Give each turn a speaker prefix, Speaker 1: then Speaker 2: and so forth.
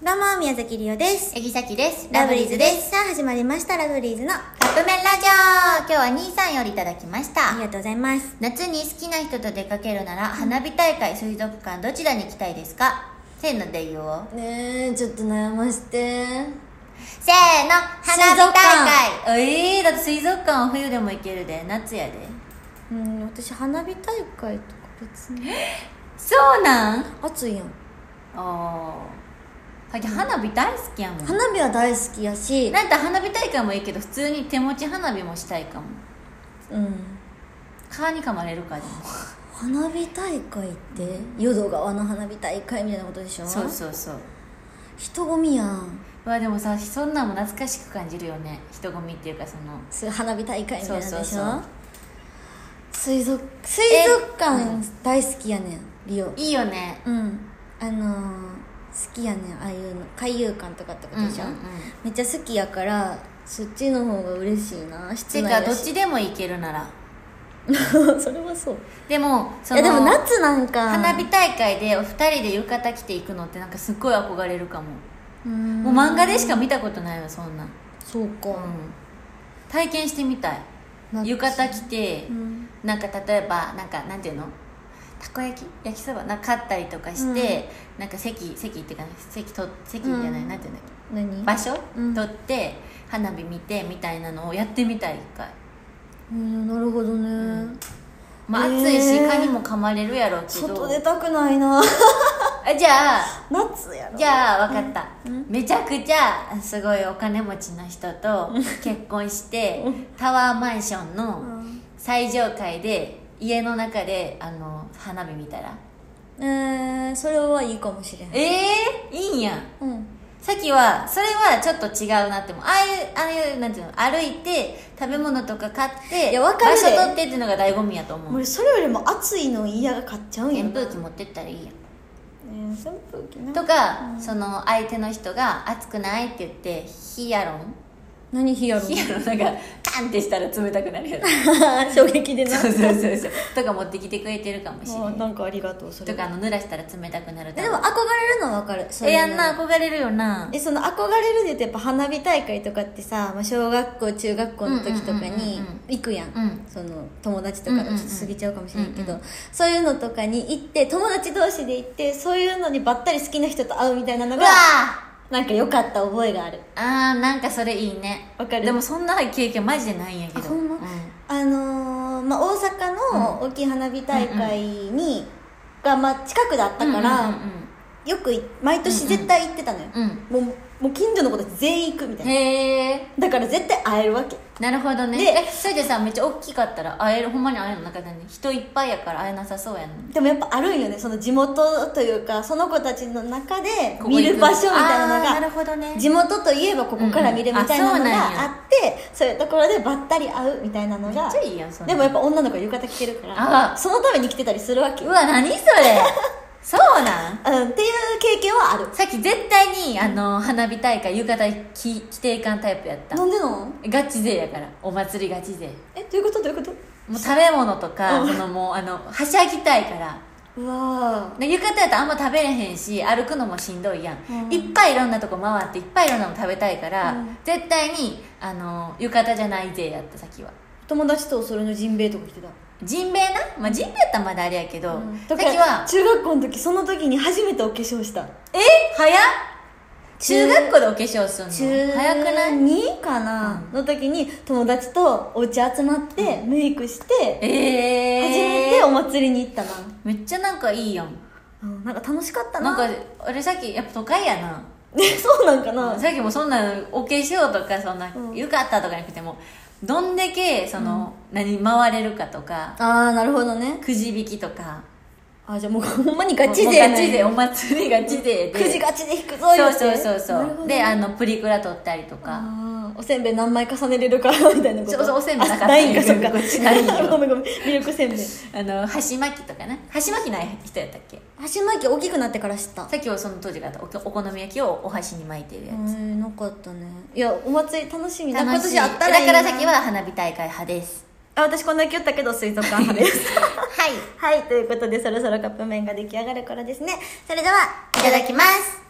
Speaker 1: どうも、宮崎りおです。
Speaker 2: えぎさきです。
Speaker 1: す。さあ、始まりました、ラブリーズの。あ
Speaker 2: カップ麺ラジオ今日は兄さんよりいただきました。
Speaker 1: りがとうございます。
Speaker 2: 夏に好きな人と出かけるなら、花火大会、水族館、どちらに行きたいですかせーので言おう。
Speaker 1: ねえ、ちょっと悩まして。
Speaker 2: せーの花
Speaker 1: 水族
Speaker 2: 火
Speaker 1: 館
Speaker 2: 大会ええー、だって水族館は冬でも行けるで、夏やで。
Speaker 1: うん、私、花火大会とか別に。
Speaker 2: そうなん
Speaker 1: 暑いやん。
Speaker 2: おー。さき花火大好きやもん。なん
Speaker 1: 花火は大好きやし、
Speaker 2: だったら花火大会もいいけど、普通に手持ち花火もしたいかも。
Speaker 1: うん。
Speaker 2: 蚊に噛まれるかでも。
Speaker 1: 花火大会って、淀川の花火大会みたいなことでしょ
Speaker 2: そうそうそう。
Speaker 1: 人混みやん。
Speaker 2: うわでもさそんなんも懐かしく感じるよね人混みっていうかその
Speaker 1: そういう花火大会みたいなのでしょ
Speaker 2: そうそうそう
Speaker 1: 水族、水族館大好きやねん、リオ。
Speaker 2: いいよね
Speaker 1: うんあのー好きやねんああいうの海遊館とかってことでしょ、
Speaker 2: うんうんうん
Speaker 1: めっちゃ好きやからそっちの方が嬉しいな
Speaker 2: て
Speaker 1: 室内
Speaker 2: か
Speaker 1: や
Speaker 2: どっ
Speaker 1: し
Speaker 2: ちでも行けるなら
Speaker 1: それはそう
Speaker 2: でもそ
Speaker 1: い
Speaker 2: の
Speaker 1: やでも夏なんか
Speaker 2: 花火大会でお二人で浴衣着て行くのってなんかすっごい憧れるかも
Speaker 1: うん
Speaker 2: もう漫画でしか見たことないよそんなん、
Speaker 1: そうか、
Speaker 2: うん体験してみたい
Speaker 1: 夏
Speaker 2: 浴衣着て、
Speaker 1: うん
Speaker 2: なんか例えばなんかなんていうのたこ焼き焼きそばなんか買ったりとかして、なんか席席っていうか席と席じゃない、
Speaker 1: うん
Speaker 2: なんていうんだっけ
Speaker 1: 何
Speaker 2: 場所、
Speaker 1: うん
Speaker 2: 取って花火見てみたいなのをやってみたい一回、
Speaker 1: うんなるほどね、
Speaker 2: まあ、
Speaker 1: へー
Speaker 2: 暑いし蚊にも噛まれるやろうけど
Speaker 1: 外出たくないな
Speaker 2: あじゃあ
Speaker 1: 夏やろ
Speaker 2: じゃあ分かった、
Speaker 1: うん
Speaker 2: めちゃくちゃすごいお金持ちの人と結婚してタワーマンション
Speaker 1: う
Speaker 2: の
Speaker 1: ん
Speaker 2: 最上階で家の中であの花火見たら
Speaker 1: えー、それはいいかもしれん
Speaker 2: ええー、いいんやん
Speaker 1: うん
Speaker 2: さっきはそれはちょっと違うなってもああいうああいうなんていうの歩いて食べ物とか買って
Speaker 1: いやわかるで
Speaker 2: 場所取ってっていうのが醍醐味やと思う
Speaker 1: 俺それよりも暑いの嫌が買っちゃうんや
Speaker 2: 扇
Speaker 1: な
Speaker 2: 風機持ってったらいいやん
Speaker 1: うん扇風機な
Speaker 2: とか、その相手の人が「暑くない?」って言ってヒアロン
Speaker 1: 何ヒアル
Speaker 2: ヒアロンなんかカンってしたら冷たくなるや つ
Speaker 1: 衝撃でな
Speaker 2: そうそうそうそうとか持ってきてくれてるかもし
Speaker 1: あ
Speaker 2: れな
Speaker 1: ー
Speaker 2: い
Speaker 1: なんかありがとうそ
Speaker 2: と
Speaker 1: れ
Speaker 2: かあ
Speaker 1: は
Speaker 2: の濡らしたら冷たくなる
Speaker 1: えでも憧れるのは分かるそう
Speaker 2: え
Speaker 1: いうの
Speaker 2: やんな憧れるよな
Speaker 1: えその憧れるで言うとやっぱ花火大会とかってさ、まあ、小学校中学校の時とかに
Speaker 2: うんうんうんうん
Speaker 1: 行くやん
Speaker 2: うん
Speaker 1: その友達とか
Speaker 2: うん
Speaker 1: と
Speaker 2: うんうん
Speaker 1: ちょっと過ぎちゃうかもしれんけど、
Speaker 2: うん
Speaker 1: そういうのとかに行って友達同士で行ってそういうのにばったり好きな人と会うみたいなの
Speaker 2: う
Speaker 1: が
Speaker 2: わー
Speaker 1: なんか良かった覚えがある
Speaker 2: あーなんかそれいいね
Speaker 1: わかる
Speaker 2: でもそんな経験マジでないんやけど
Speaker 1: あほんま
Speaker 2: う
Speaker 1: あのーまあ、大阪の大きい花火大会に、がまあ近くだったから、
Speaker 2: うん
Speaker 1: よくい毎年絶対行ってたのよ、
Speaker 2: うんうんうん
Speaker 1: もうもう近所の子たち全員行くみたいな
Speaker 2: へえ
Speaker 1: だから絶対会えるわけ
Speaker 2: なるほどね
Speaker 1: で
Speaker 2: えそれでさめっちゃ大きかったら会えるほんまに会えるのなんかね人いっぱいやから会えなさそうやん
Speaker 1: でもやっぱあるんよねその地元というかその子たちの中で
Speaker 2: ここ行
Speaker 1: 見
Speaker 2: く
Speaker 1: る場所みたいなの
Speaker 2: あーなる
Speaker 1: が
Speaker 2: ほどね
Speaker 1: 地元といえばここから見るみたいなの
Speaker 2: うんうんあそうなん
Speaker 1: が
Speaker 2: や
Speaker 1: あってそういうところでばったり会うみたいなの
Speaker 2: めっ
Speaker 1: が
Speaker 2: ちゃいいやんそれ
Speaker 1: でもやっぱ女の子は浴衣着てるか
Speaker 2: あ
Speaker 1: ら
Speaker 2: ー
Speaker 1: そのために着てたりするわけ
Speaker 2: う
Speaker 1: うん
Speaker 2: わ何それそうなん
Speaker 1: っていう経験はある
Speaker 2: さっき絶対にあの花火大会浴衣着着ていかんタイプやった
Speaker 1: なんでなん
Speaker 2: ガチ勢やからお祭りガチ勢
Speaker 1: えどういうことどういうこと
Speaker 2: もう食べ物とか
Speaker 1: うん
Speaker 2: そのもうあのはしゃぎたいから
Speaker 1: うわ
Speaker 2: で浴衣やったらあんま食べれへんし歩くのもしんどいやん、
Speaker 1: うん
Speaker 2: いっぱいいろんなとこ回っていっぱいいろんなの食べたいから、
Speaker 1: うん
Speaker 2: 絶対にあの浴衣じゃないぜやった先は
Speaker 1: 友達とそれのジンベエとか着てた
Speaker 2: ジンベエな、まあ、ジンベエやったらまだあれやけど、
Speaker 1: だ
Speaker 2: 先
Speaker 1: から
Speaker 2: は
Speaker 1: 中学校の時その時に初めてお化粧した
Speaker 2: え早っ中学校でお化粧すん
Speaker 1: 中
Speaker 2: の早くない
Speaker 1: 2かな、の時に友達とお家集まってメイクして
Speaker 2: え
Speaker 1: 初
Speaker 2: えー、
Speaker 1: めてお祭りに行ったな、
Speaker 2: めっちゃなんかいいやん
Speaker 1: うんなんか楽しか った
Speaker 2: な
Speaker 1: なん
Speaker 2: か俺さっきやっぱ都会やな
Speaker 1: ねそうなんかな
Speaker 2: さっきもそんなお化粧とかそんな
Speaker 1: うん
Speaker 2: 浴衣とかなくてもどんだけその、何回れるかとか
Speaker 1: ああなるほどね
Speaker 2: くじ引きとか
Speaker 1: あじゃあもうほんまにガチ
Speaker 2: もう
Speaker 1: 勢
Speaker 2: ガチ勢お祭りガチ勢で
Speaker 1: くじガチで引くぞ
Speaker 2: そうそうそう
Speaker 1: なるほ
Speaker 2: そう
Speaker 1: ど
Speaker 2: であ
Speaker 1: ね
Speaker 2: のプリクラ撮ったりとか
Speaker 1: あーおせんべい何枚重ねれるかみたいなこと
Speaker 2: そうそうおせんべいなかった
Speaker 1: あないんかそっか
Speaker 2: こっちない よ
Speaker 1: ごめんごめんミルクせんべい
Speaker 2: あの箸巻きとかね箸巻きない人やったっけ
Speaker 1: 箸巻き大きくなってから知った
Speaker 2: さっきはその当時があったおお好み焼きをお箸に巻いてるや
Speaker 1: う
Speaker 2: つ
Speaker 1: んなかったねいやお祭り楽しみだ
Speaker 2: 楽しい
Speaker 1: 今年あったらいいな
Speaker 2: だから先は花火大会派です
Speaker 1: あ私こんだけ言ったけど水族館派です
Speaker 2: はい
Speaker 1: はいということでそろそろカップ麺が出来上がる頃ですねそれではいただきます